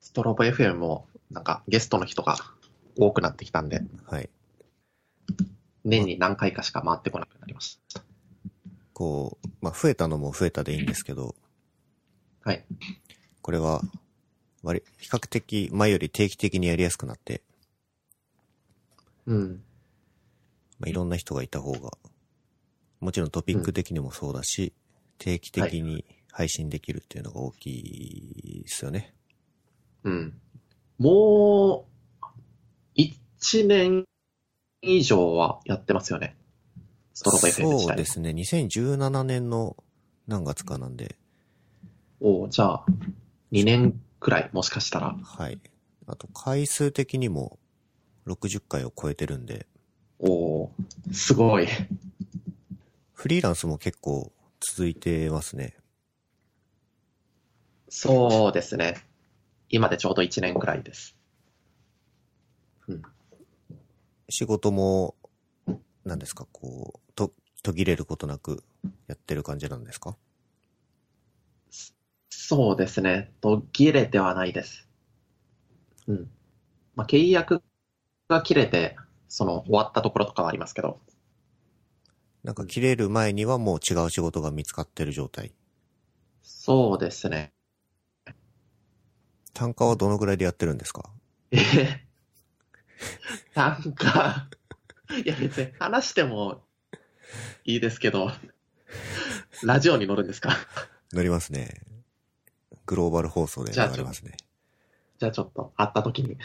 ストロボ FM も、なんかゲストの人が多くなってきたんで、はい。年に何回かしか回ってこなくなりました。こう、まあ、増えたのも増えたでいいんですけど、はい。これは、割、比較的前より定期的にやりやすくなって、うん。まあ、いろんな人がいた方が、もちろんトピック的にもそうだし、定期的に配信できるっていうのが大きいですよね。うん。もう、1年以上はやってますよね。ストロボ FM 自体。そうですね。2017年の何月かなんで、おじゃあ、2年くらい、もしかしたら。はい。あと、回数的にも60回を超えてるんで、おーすごい。フリーランスも結構続いてますね。そうですね。今でちょうど1年くらいです。仕事も、何ですか、こう、と、途切れることなくやってる感じなんですかそうですね。途切れてはないです。うん。まあ、契約が切れて、その、終わったところとかはありますけど、なんか切れる前にはもう違う仕事が見つかってる状態。そうですね。単価はどのぐらいでやってるんですかえへなんか、いや別に話してもいいですけど、ラジオに乗るんですか乗りますね。グローバル放送でじゃあ流れますね。じゃあちょっと、会った時に。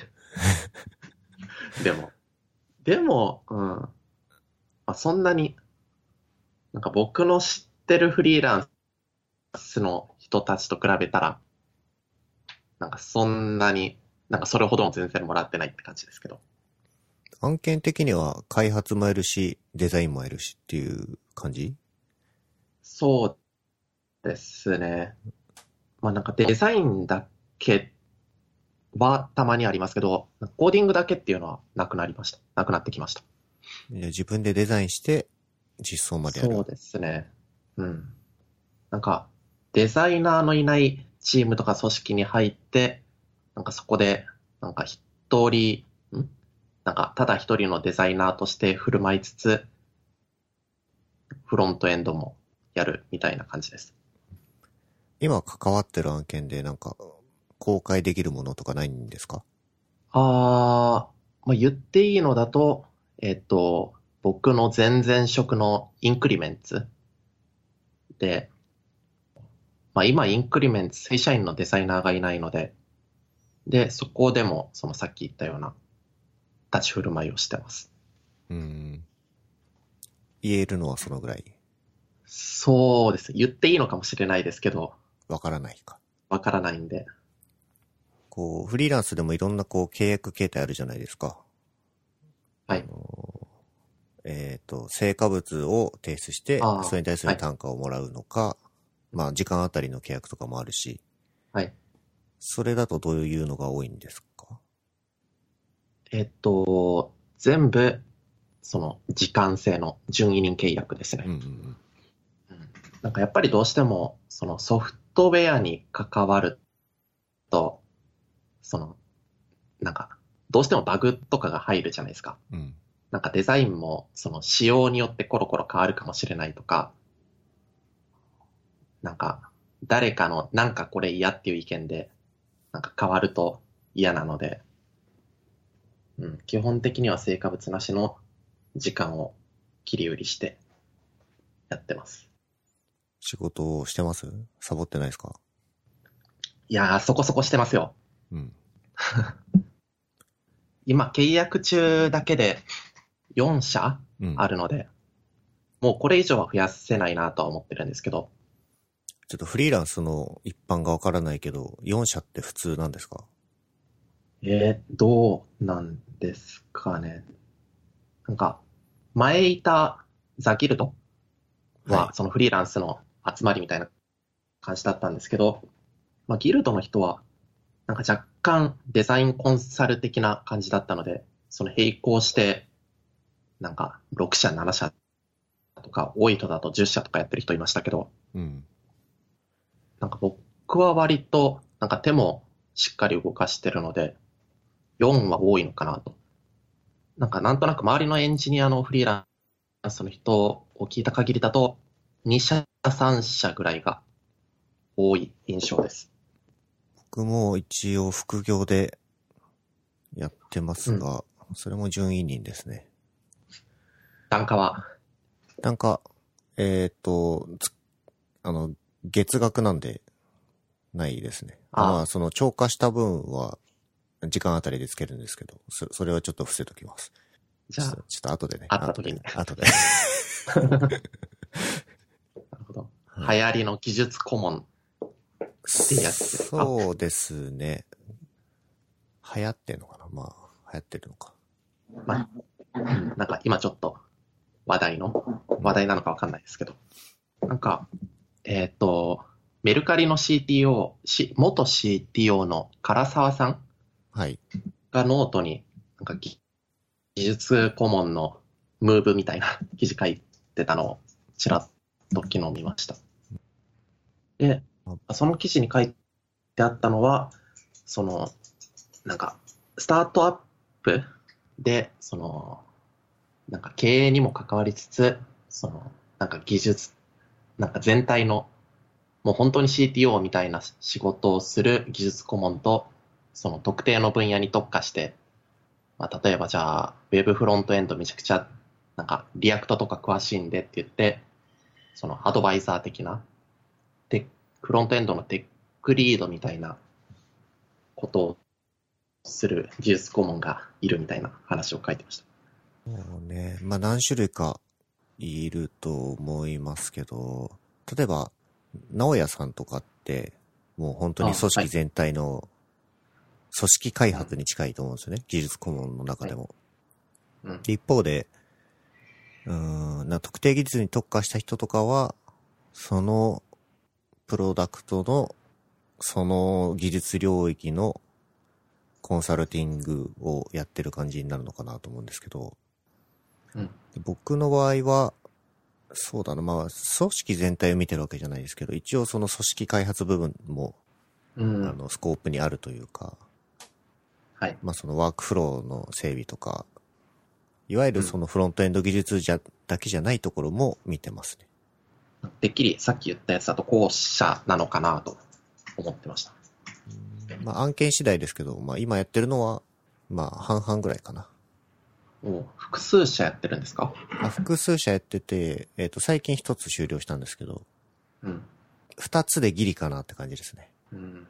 でも、でも、うん。まあ、そんなに、なんか僕の知ってるフリーランスの人たちと比べたら、なんかそんなに、なんかそれほども全然もらってないって感じですけど。案件的には開発もやるし、デザインもやるしっていう感じそうですね。まあなんかデザインだけはたまにありますけど、コーディングだけっていうのはなくなりました。なくなってきました。いや自分でデザインして実装までやそるう。ですね。うん。なんか、デザイナーのいないチームとか組織に入って、なんかそこで、なんか一人、んなんかただ一人のデザイナーとして振る舞いつつ、フロントエンドもやるみたいな感じです。今関わってる案件でなんか公開できるものとかないんですかあー、まあ、言っていいのだと、えっと、僕の前々職のインクリメンツで、まあ、今インクリメンツ正社員のデザイナーがいないので、で、そこでも、そのさっき言ったような立ち振る舞いをしてます。うん。言えるのはそのぐらい。そうです。言っていいのかもしれないですけど、わからないか。わからないんで。こう、フリーランスでもいろんなこう契約形態あるじゃないですか。はいあのえっ、と、成果物を提出してあー、それに対する単価をもらうのか、まあ、時間あたりの契約とかもあるし、はい。それだとどういうのが多いんですかえっと、全部、その時間制の順位人契約ですね。うんうんうん。なんかやっぱりどうしても、そのソフトウェアに関わると、その、なんか、どうしてもバグとかが入るじゃないですか。うん。なんかデザインも、その仕様によってコロコロ変わるかもしれないとか、なんか、誰かの、なんかこれ嫌っていう意見で、なんか変わると嫌なので、うん、基本的には成果物なしの時間を切り売りしてやってます。仕事をしてますサボってないですかいやー、そこそこしてますよ。うん。今、契約中だけで4社うん。あるので、もうこれ以上は増やせないなとは思ってるんですけど、ちょっとフリーランスの一般がわからないけど、4社って普通なんですかえー、どうなんですかね。なんか、前いたザ・ギルドは、そのフリーランスの集まりみたいな感じだったんですけど、まあ、ギルドの人は、なんか若干デザインコンサル的な感じだったので、その並行して、なんか6社、7社とか、多い人だと10社とかやってる人いましたけど、うん。なんか僕は割と、なんか手もしっかり動かしてるので、4は多いのかなと。なんかなんとなく周りのエンジニアのフリーランスの人を聞いた限りだと、2社、3社ぐらいが多い印象です。僕も一応副業でやってますが、それも順位人ですね。単価は。なんか、えっ、と、つあの、月額なんで、ないですね。あまあ、その、超過した分は、時間あたりでつけるんですけど、そそれはちょっと伏せときます。じゃちょっとちょっと後でね。会った時に後で。後で。あ、なるほど。うん流行りの技術顧問。てやつですかそうですね。流行ってんのかなまあ、流行ってるのか。まあ、うんなんか今ちょっと話題の、話題なのかわかんないですけど。なんか、えっ、と、メルカリの CTO、し元 CTO の唐沢さんはい。がノートに、なんかぎ技術顧問のムーブみたいな 記事書いてたのをちらっと昨日見ました。で、その記事に書いてあったのは、その、なんか、スタートアップで、その、なんか経営にも関わりつつ、その、なんか技術、なんか全体の、もう本当に CTO みたいな仕事をする技術顧問と、その特定の分野に特化して、まあ、例えばじゃあ、ウェブフロントエンドめちゃくちゃ、なんか、リアクトとか詳しいんでって言って、そのアドバイザー的な、で、フロントエンドのテックリードみたいなことをする技術顧問がいるみたいな話を書いてました。そうね。まあ、何種類かいると思いますけど、例えば、直屋さんとかって、もう本当に組あは織い全体の、組織開発に近いと思うんですよね。技術顧問の中でも。うん。で一方で、うーん、な特定技術に特化した人とかは、そのプロダクトの、その技術領域のコンサルティングをやってる感じになるのかなと思うんですけど、うんで僕の場合は、そうだな、まあ、組織全体を見てるわけじゃないですけど、一応その組織開発部分も、うん。あの、スコープにあるというか、はい。まあ、そのワークフローの整備とか、いわゆるそのフロントエンド技術じゃ、だけじゃないところも見てますね。てっきりさっき言ったやつだと後者なのかなと思ってました。まあ、案件次第ですけど、まあ、今やってるのは、まあ、半々ぐらいかな。おう複数社やってるんですかまあ、複数社やってて、えっ、と、最近一つ終了したんですけど、うん。二つでギリかなって感じですね。うん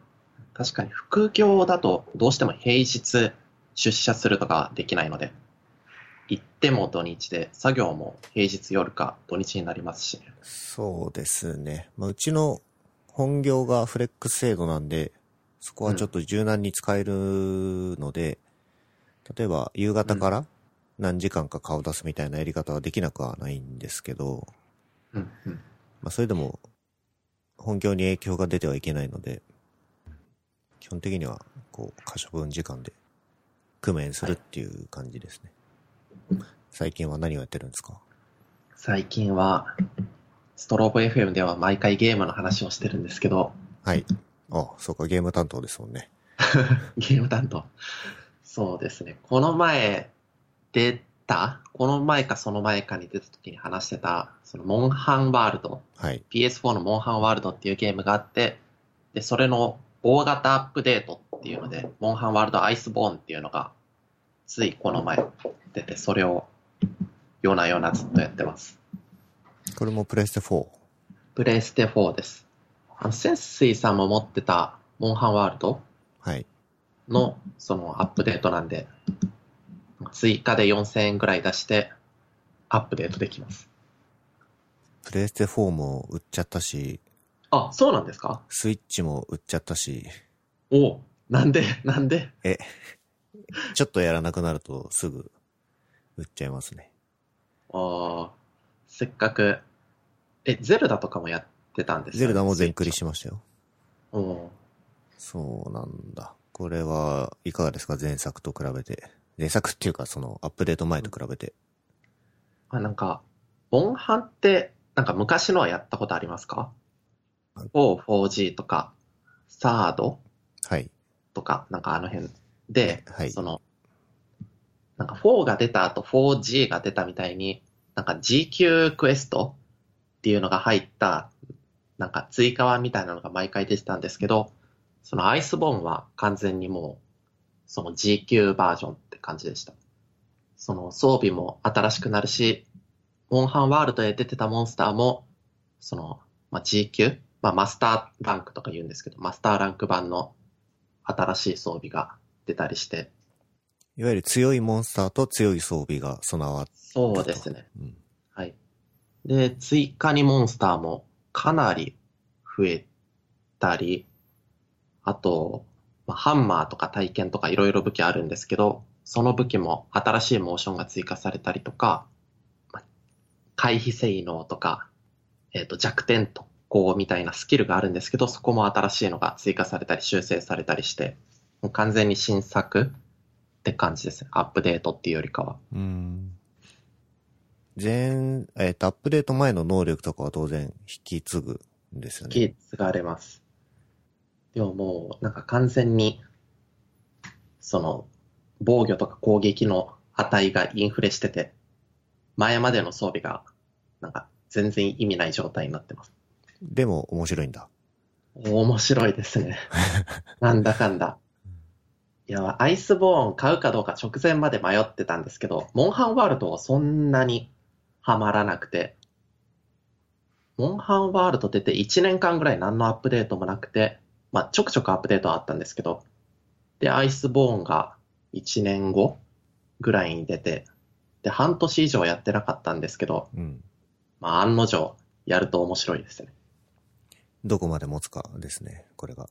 確かに副業だとどうしても平日出社するとかできないので行っても土日で作業も平日夜か土日になりますしねそうですね。まあ、うちの本業がフレックス制度なんで、そこはちょっと柔軟に使えるので、例えば夕方から何時間か顔出すみたいなやり方はできなくはないんですけど、うんうんまあ、それでも本業に影響が出てはいけないので、基本的にはこう、可処分時間で工面するっていう感じですね。最近は何をやってるんですか最近はストローボ FM では毎回ゲームの話をしてるんですけどはい。あ、そうか、ゲーム担当ですもんね。ゲーム担当そうですねこの前出たこの前かその前かに出た時に話してたそのモンハンワールドはい。 PS4 のモンハンワールドっていうゲームがあって、で、それの大型アップデートっていうので、モンハンワールドアイスボーンっていうのが、ついこの前出て、それを夜な夜なずっとやってます。これもプレステ 4? プレイステ4です。あの、センスイさんも持ってたモンハンワールドはい。のそのアップデートなんで、追加で4000円ぐらい出して、アップデートできます。プレステ4も売っちゃったし、あ、そうなんですかスイッチも売っちゃったし、おうなんで、なんでちょっとやらなくなるとすぐ売っちゃいますね。ああ、せっかく、え、ゼルダとかもやってたんですかゼルダも全クリしましたよ。うん。そうなんだ。これはいかがですか前作と比べて。前作っていうかそのアップデート前と比べて。あ、なんか、モンハンって、なんか昔のはやったことありますか ?4、4G とか、サードはい。とか、なんかあの辺で、はいその、なんか4が出た後 4G が出たみたいに、なんか GQ クエストっていうのが入った、なんか追加版みたいなのが毎回出てたんですけど、そのアイスボーンは完全にもう、その GQ バージョンって感じでした。その装備も新しくなるし、モンハンワールドへ出てたモンスターも、その、まあ、G 級、まあ、マスターランクとか言うんですけど、マスターランク版の新しい装備が出たりして、いわゆる強いモンスターと強い装備が備わって、そうですね。うんはい。で、追加にモンスターもかなり増えたり、あと、まあ、ハンマーとか体験とかいろいろ武器あるんですけど、その武器も新しいモーションが追加されたりとか、まあ回避性能とか、えっ、と弱点特攻みたいなスキルがあるんですけど、そこも新しいのが追加されたり修正されたりして、もう完全に新作って感じですね。アップデートっていうよりかは。うん。前、えっ、と、アップデート前の能力とかは当然引き継ぐんですよ引ね。き継がれます。でももう、なんか完全に、その、防御とか攻撃の値がインフレしてて、前までの装備が、なんか全然意味ない状態になってます。でも面白いんだ。面白いですね。なんだかんだ。いや、アイスボーン買うかどうか直前まで迷ってたんですけど、モンハンワールドはそんなにハマらなくて、モンハンワールド出て1年間ぐらい何のアップデートもなくて、まあちょくちょくアップデートはあったんですけど、で、アイスボーンが1年後ぐらいに出て、で、半年以上やってなかったんですけど、うん。まあ案の定やると面白いですね。どこまで持つかですね、これが。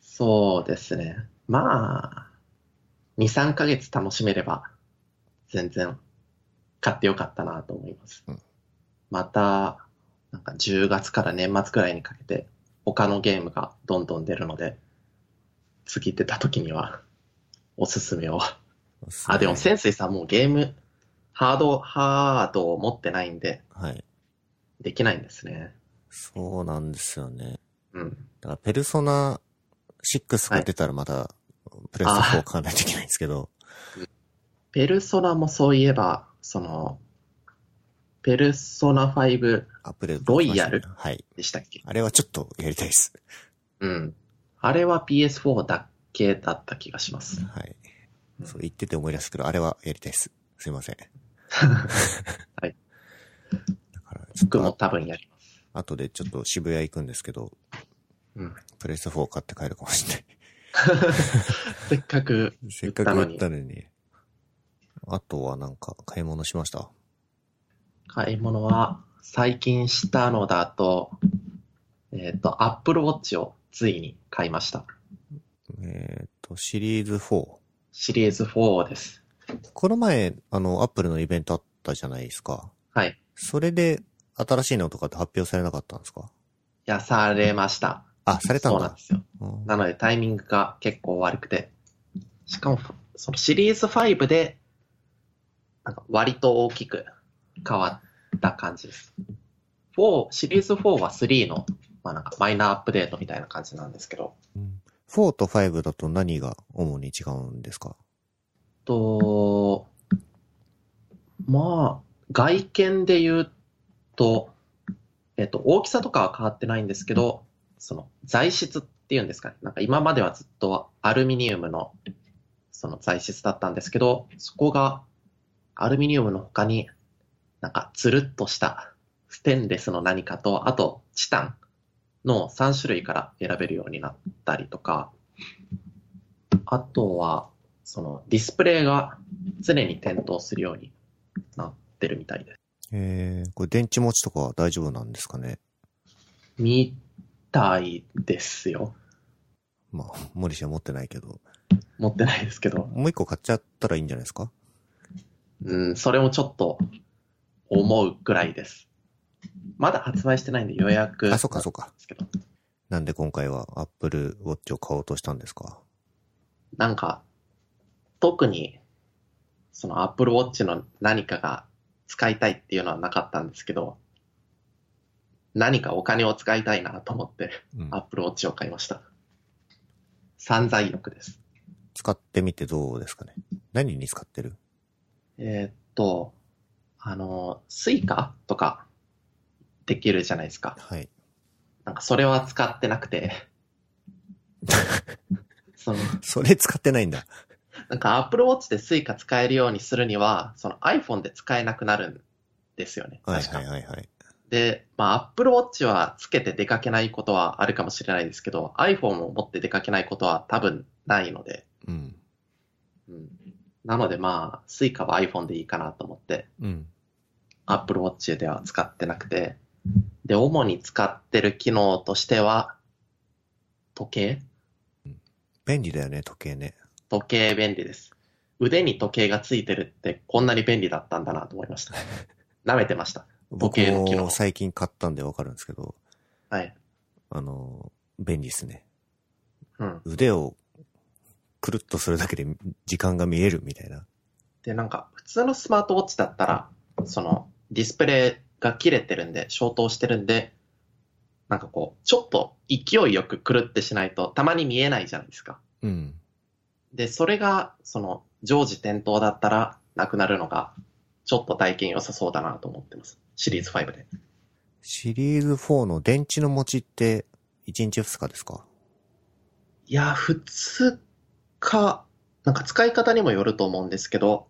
そうですね。まあ、2、3ヶ月楽しめれば、全然買ってよかったなと思います。うんまた、なんか10月から年末くらいにかけて、他のゲームがどんどん出るので、次出た時には、おすすめを。あ、でもせ潜水さんもうゲーム、ハード、ハードを持ってないんで、はい。できないんですね。そうなんですよね。うん。だから、ペルソナ6が出たらまた、プレステ4買わないといけないんです けど、ペルソナもそういえば、その、ペルソナ5、アップデートできましたねロイヤルはい。でしたっけあれはちょっとやりたいです。うん。あれは PS4 だけだった気がします。はい。そう言ってて思い出すけど、あれはやりたいです。すいません。 はい。だから、ちょっ僕もと、多分やります。後でちょっと渋谷行くんですけど、 うん。プレステ4買って帰るかもしれない。せっかく、せっかく言ったのに。あとはなんか、買い物しました。買い物は最近したのだと、えっ、と、Apple Watch をついに買いました。えっ、と、シリーズ4。シリーズ4です。この前、あの、アップルのイベントあったじゃないですか。はい。いそれで、新しいのとかって発表されなかったんですかや、されました。あ、されたんそうなんだで。すよ。うんなのでタイミングが結構悪くて、しかもそのシリーズ5で、なんか割と大きく変わった感じです。4、シリーズ4は3の、まあなんかマイナーアップデートみたいな感じなんですけど、うん4と5だと何が主に違うんですかと、まあ、外見で言うと、えっと、大きさとかは変わってないんですけど、その材質っていうんですかね。なんか今まではずっとアルミニウムのその材質だったんですけど、そこがアルミニウムの他になんかつるっとしたステンレスの何かと、あとチタンの3種類から選べるようになったりとか、あとはそのディスプレイが常に点灯するようになってるみたいです。えー、これ電池持ちとかは大丈夫なんですかねみたいですよ。まあ、モリシは持ってないけど。持ってないですけど。もう一個買っちゃったらいいんじゃないですかうん、それもちょっと思うぐらいです。まだ発売してないんで予約あ、そっかそっか。ですけど。なんで今回はアップルウォッチを買おうとしたんですかなんか、特に、その Apple Watch の何かが使いたいっていうのはなかったんですけど、何かお金を使いたいなと思ってうん。 Apple Watch を買いました。散財欲です。使ってみてどうですかね何に使ってるえーっと、あの、スイカとかできるじゃないですか。はい。なんかそれは使ってなく て。その、それ使ってないんだ。なんか Apple Watch でスイカ使えるようにするには、その iPhone で使えなくなるんですよね。はい確か。はいはいはい。で、まあ Apple Watch はつけて出かけないことはあるかもしれないですけど、iPhone を持って出かけないことは多分ないので、うん。うん。なのでまあ、スイカは iPhone でいいかなと思って、うん。 Apple Watch では使ってなくて、で、主に使ってる機能としては、時計便利だよね、時計ね。時計便利です。腕に時計がついてるってこんなに便利だったんだなと思いました。舐めてました。僕時計の機能も最近買ったんでわかるんですけど、はい。あの、便利ですね。うん。腕をくるっとするだけで時間が見えるみたいな。で、なんか、普通のスマートウォッチだったら、その、ディスプレイが切れてるんで、消灯してるんで、なんかこう、ちょっと勢いよく狂ってしないと、たまに見えないじゃないですか。うん。で、それが、その、常時点灯だったら、なくなるのが、ちょっと体験良さそうだなと思ってます。シリーズ5で。シリーズ4の電池の持ちって1日2日ですかいや、普通か、なんか使い方にもよると思うんですけど、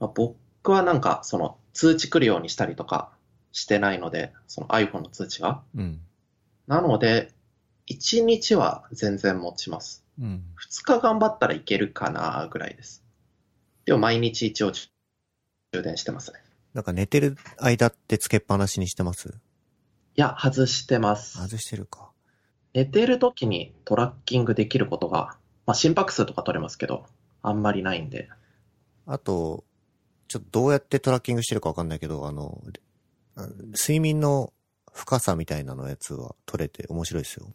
まあ、僕はなんかその通知来るようにしたりとかしてないので、その iPhone の通知が。うん。なので、1日は全然持ちます。うん。 2日頑張ったらいけるかなぐらいです。でも毎日一応充電してますね。なんか寝てる間ってつけっぱなしにしてますいや、外してます。外してるか。寝てる時にトラッキングできることが、まあ、心拍数とか取れますけど、あんまりないんで。あと、ちょっとどうやってトラッキングしてるかわかんないけど、あの、あ睡眠の深さみたいなのやつは取れて面白いですよ。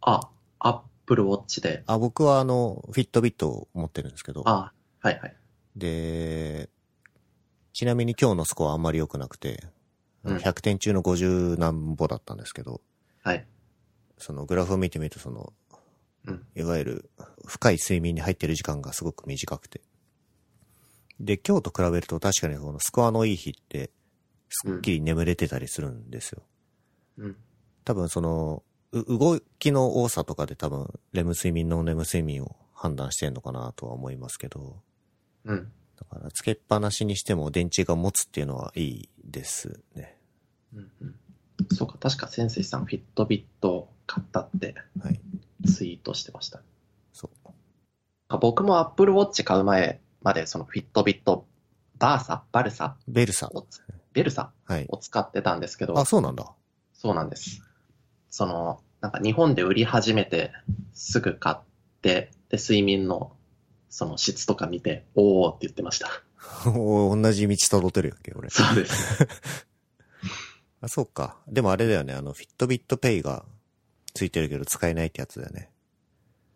あ、Apple Watch であ、僕はあの、フィットビットを持ってるんですけど、あはいはい。で、ちなみに今日のスコアあんまり良くなくて、あうのん100点中の50何歩だったんですけど、はい。そのグラフを見てみると、その、うんいわゆる深い睡眠に入ってる時間がすごく短くて。で、今日と比べると確かにそのスコアのいい日って、すっきり眠れてたりするんですよ。うん。多分その、う動きの多さとかで多分、レム睡眠のレム睡眠を判断してんのかなとは思いますけど、うん。だから、つけっぱなしにしても電池が持つっていうのはいいですね。うん。うんそうか、確か先生さん、フィットビット買ったってはい。ツイートしてました。そう。あ僕も Apple Watch 買う前まで、そのフィットビットバーサ、バルサ、ベルサ。おベルサはい。を使ってたんですけどあ、、そうなんだ。 そうなんです。その、なんか日本で売り始めてすぐ買って、で、睡眠のその質とか見て、おーって言ってました。お同じ道辿ってるやんけ、 俺。そうです。あ、そうか。でもあれだよね、あの、フィットビットペイがついてるけど使えないってやつだよね。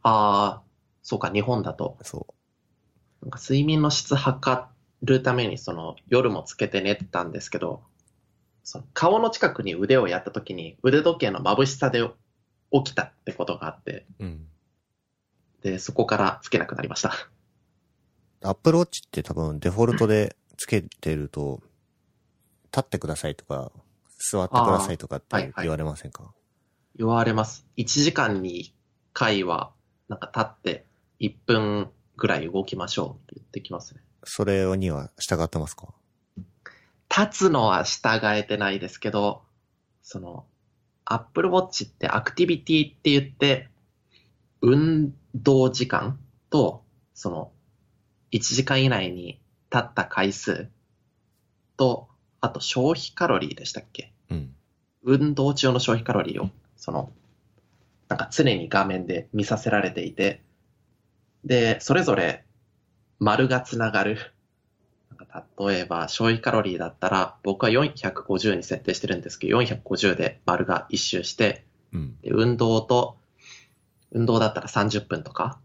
ああ、そうか、日本だとそなんか睡眠の質測るためにその夜もつけて寝てたんですけど、その顔の近くに腕をやった時に腕時計の眩しさで起きたってことがあって、う。うん。で、そこからつけなくなりました。アップルウォッチって多分デフォルトでつけてると、立ってくださいとか、座ってくださいとかっあーはいてはい言われませんか言われます。1時間に1回は、なんか立って1分ぐらい動きましょうって言ってきますね。それには従ってますか立つのは従えてないですけど、その、Apple Watch ってアクティビティって言って、運動時間と、その、1時間以内に立った回数と、あと消費カロリーでしたっけうん。運動中の消費カロリーを、その、なんか常に画面で見させられていて、で、それぞれ丸がつながる。なんか例えば消費カロリーだったら、僕は450に設定してるんですけど、450で丸が一周して、うん。で運動と、運動だったら30分とか、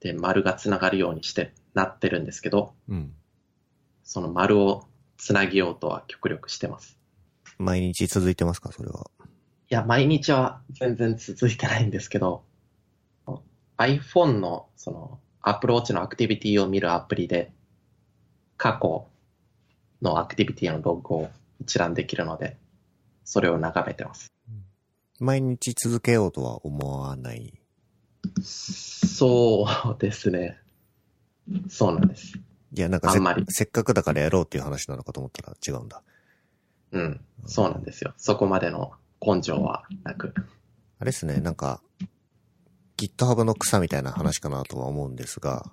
で、丸がつながるようにしてなってるんですけど、うん。その丸をつなぎようとは極力してます。毎日続いてますかそれは。いや、毎日は全然続いてないんですけど、 iPhone のその Apple Watch のアクティビティを見るアプリで、過去のアクティビティのログを一覧できるので、それを眺めてます。毎日続けようとは思わない。そうですね。そうなんです。いや、なんかせあんまりせっかくだからやろうっていう話なのかと思ったら違うんだ。うん。そうなんですよ。そこまでの根性はなく。あれですね、なんか、GitHub の草みたいな話かなとは思うんですが、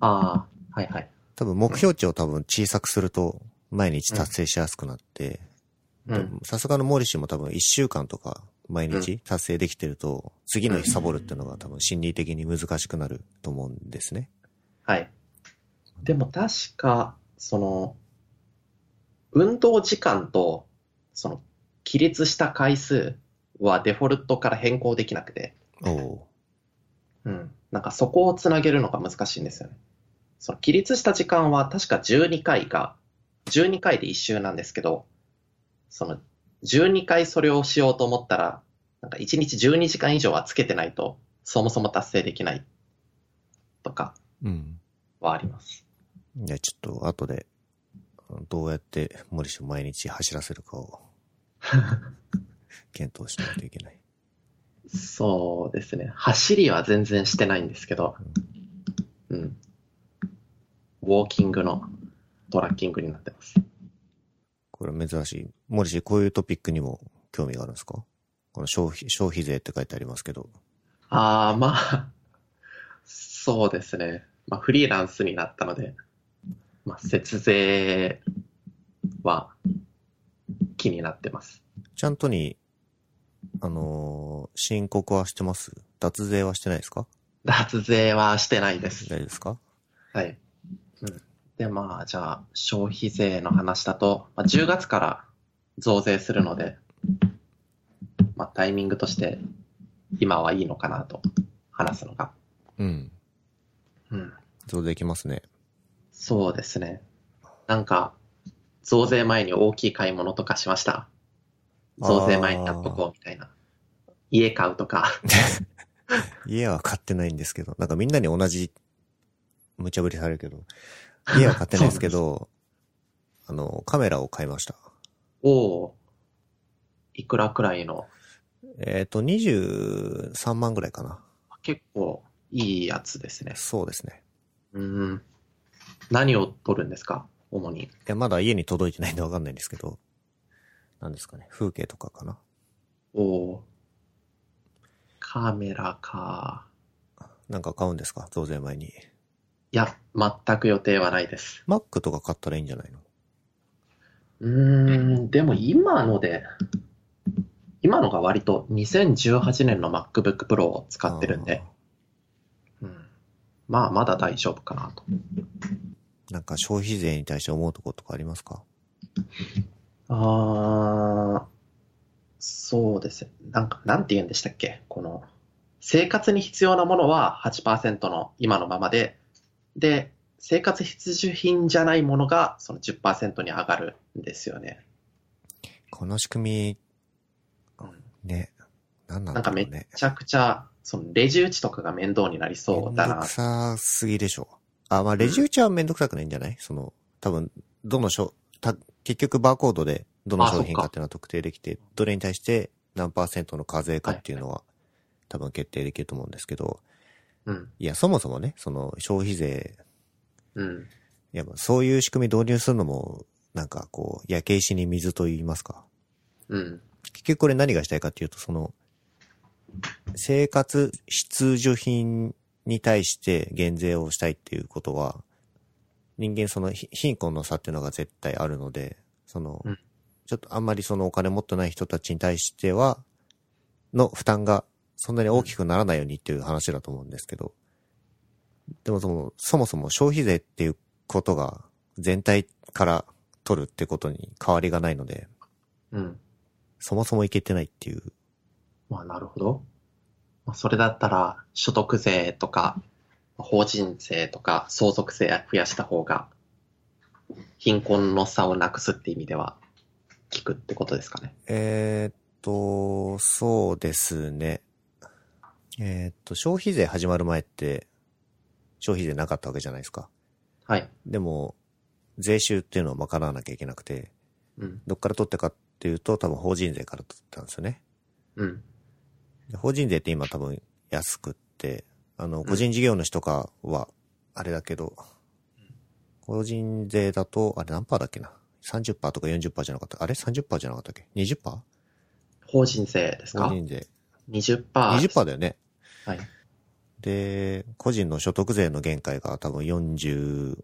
ああ、はいはい。多分目標値を多分小さくすると、毎日達成しやすくなって、うん。さすがのモーリシーも多分1週間とか毎日達成できてると、次の日サボるっていうのが多分心理的に難しくなると思うんですね。はい。でも確か、その、運動時間と、その、起立した回数はデフォルトから変更できなくて、おおうん。なんかそこをつなげるのが難しいんですよね。その起立した時間は確か12回が、12回で1周なんですけど、その12回それをしようと思ったら、なんか1日12時間以上はつけてないと、そもそも達成できないとかー。うん。はあります。いや、ちょっと後で、どうやってモーリシーを毎日走らせるかを、 検討しないといけない。そうですね。走りは全然してないんですけど、うん。ウォーキングのトラッキングになってます。これ珍しい。モーリシー、こういうトピックにも興味があるんですかこの消費、消費税って書いてありますけど。ああ、まあ、そうですね。まあ、フリーランスになったので、まあ、節税は気になってます。ちゃんとに、あのー申告はしてます脱税はしてないですか脱税はしてないで大す。丈夫ですかはい。うん、で、まあ、じゃあ、消費税の話だと、まあ、10月から増税するので、まあ、タイミングとして、今はいいのかなと、話すのが。うん。うん増税きますね。そうですね。なんか、増税前に大きい買い物とかしました。増税前にやっとこうみたいな。家買うとか。家は買ってないんですけど、なんかみんなに同じ、無茶ぶりされるけど、家は買ってないですけ ど、あの、カメラを買いました。おおーいくらくらいの、えっ、と、23万ぐらいかな。結構いいやつですね。そうですね。うん。何を撮るんですか主に。いや、まだ家に届いてないんでわかんないんですけど、なんですかね、風景とかかな。おおカメラか。なんか買うんですか増税前に。いや、全く予定はないです。 Mac とか買ったらいいんじゃないのうーん、でも今ので、今のが割と2018年の MacBook Pro を使ってるんで、うん、まあまだ大丈夫かなと。あー。なんか消費税に対して思うとことかありますかあー、そうですね。なんか、なんて言うんでしたっけこの、生活に必要なものは8%の今のままで、で、生活必需品じゃないものがその10%に上がるんですよね。この仕組うんみ、ね、なんなんなだんかろめうっね。ちゃくちゃ、そのレジ打ちとかが面倒になりそうだめんどなく。さすぎでしょ。あ、まあ、レジ打ちはめんどくさくないんじゃないその、多分、どの商、た、結局バーコードでどのあ商そっ品かかっていうのは特定できて、どれに対して何パーセントの課税かっていうのは、多分決定できると思うんですけど、うん、いや、そもそもね、その、消費税、うん。いやっぱそういう仕組み導入するのも、なんかこう、焼け石に水と言いますか。うん。結局これ何がしたいかっていうと、その、生活必需品に対して減税をしたいっていうことは、人間そのひ貧困の差っていうのが絶対あるので、その、うんちょっとあんまりそのお金持ってない人たちに対しては、の負担がそんなに大きくならないようにっていう話だと思うんですけど、でもその、そもそも消費税っていうことが全体から取るってことに変わりがないので、うん。そもそもいけてないっていうまあ、なるほど。まあ、それだったら、所得税とか、法人税とか、相続税増やした方が、貧困の差をなくすって意味では、効くってことですかね。えーっと、そうですね。えーっと、消費税始まる前って、消費税なかったわけじゃないですか。はい。でも、税収っていうのを賄わなきゃいけなくて、うん。どっから取ったかっていうと、多分法人税から取ったんですよね。うん。で法人税って今多分安くって、あの、ん個人事業主とかは、あれだけど、個人税だと、あれ何パーだっけな ?30% とか40%じゃなかった。あれ ?30% じゃなかったっけ ?20%? 法人税です法か人税。 ?20%。 20%だよね。はい。で、個人の所得税の限界が多分45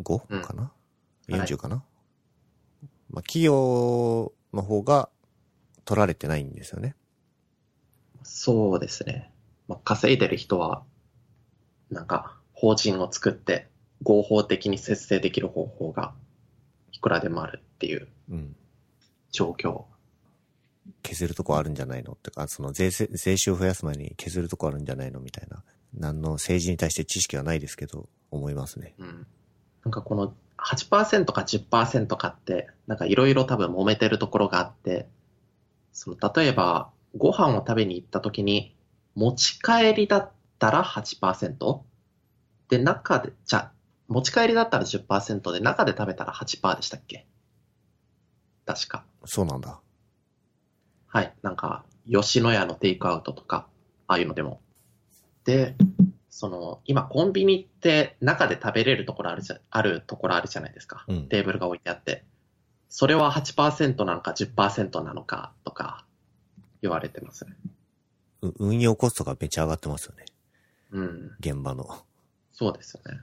うんかな、はい ?40 かな、まあ、企業の方が取られてないんですよね。そうですね。まあ、稼いでる人は、なんか、法人を作って合法的に節制できる方法がいくらでもあるっていううん。状況。削るとこあるんじゃないのってか、その税制、税収を増やす前に削るとこあるんじゃないのみたいな。何の政治に対して知識はないですけど、思いますね。うん。なんかこの8%か10%かって、なんかいろいろ多分揉めてるところがあって、その例えばご飯を食べに行った時に持ち帰りだったら8%で中で、じゃ、持ち帰りだったら10%で中で食べたら8%でしたっけ確か。そうなんだ。はい。なんか、吉野家のテイクアウトとか、ああいうのでも。で、その、今コンビニって中で食べれるところあるじゃ、あるところあるじゃないですか。うんテーブルが置いてあって。それは8%なのか10%なのかとか言われてますね。う運用コストがめちゃ上がってますよね。うん。現場の。そうですよね。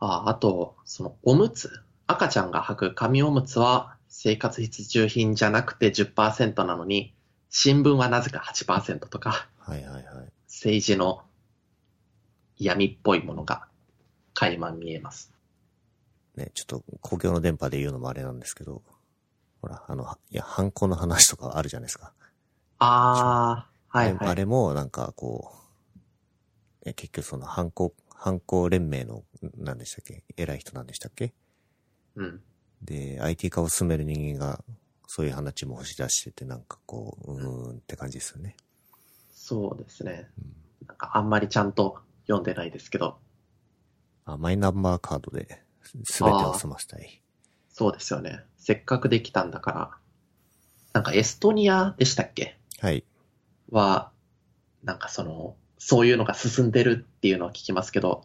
あ、あと、そのおむつ。赤ちゃんが履く紙おむつは生活必需品じゃなくて10%なのに、新聞はなぜか8%とか。はいはいはい。政治の闇っぽいものが垣間見えます。ね、ちょっと公共の電波で言うのもあれなんですけど、ほら、あの、はいや、犯行の話とかあるじゃないですか。ああ、はいであはい。れも、なんかこう、え結局その犯行、犯行連盟の、んなんでしたっけ偉い人なんでしたっけうん。で、IT 化を進める人間が、そういう話も押し出してて、なんかこう、うーんって感じですよね。そうですね。うんなんかあんまりちゃんと読んでないですけど、あマイナンバーカードで、すべてを済ませたい。そうですよね。せっかくできたんだから、なんかエストニアでしたっけはい。は、なんかその、そういうのが進んでるっていうのは聞きますけど、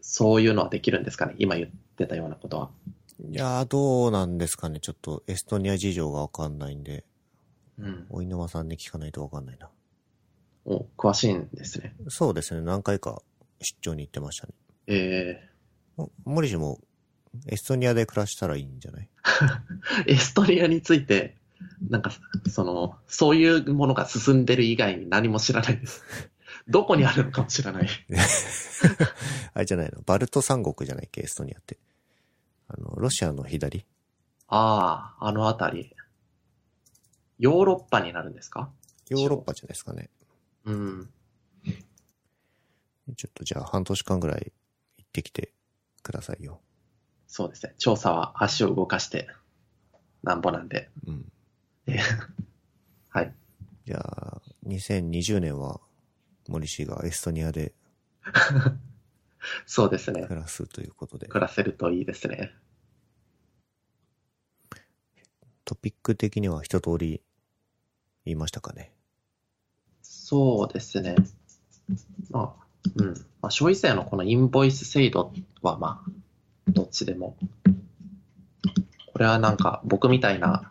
そういうのはできるんですかね今言ってたようなことは。いやー、どうなんですかね。ちょっと、エストニア事情がわかんないんで、うん。お稲葉さんに聞かないとわかんないな。お、詳しいんですね。そうですね。何回か出張に行ってましたね。えー、もモリシも、エストニアで暮らしたらいいんじゃないエストニアについて、なんか、その、そういうものが進んでる以外に何も知らないです。どこにあるのかも知らない。あれじゃないのバルト三国じゃないっけエストニアって。あの、ロシアの左ああ、あのあたり。ヨーロッパになるんですかヨーロッパじゃないですかね。うん。ちょっとじゃあ半年間ぐらい行ってきてくださいよ。そうですね。調査は足を動かして、なんぼなんで。うん。はい。じゃあ、2020年は、モリシがエストニアでそうですね。暮らすということで、暮らせるといいですね。トピック的には一通り言いましたかね。そうですね。まあ、うん。まあ、消費税のこのインボイス制度は、まあ、どっちでも。これはなんか、僕みたいな、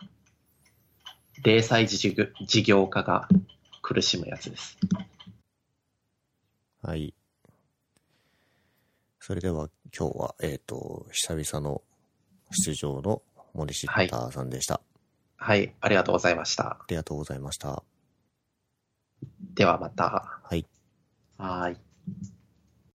零細事業事業家が苦しむやつです。はい。それでは今日は、えっ、と、久々の出場の森シッターさんでした。はい、ありがとうございましたあ。りがとうございました。ではまた。はい。はーい。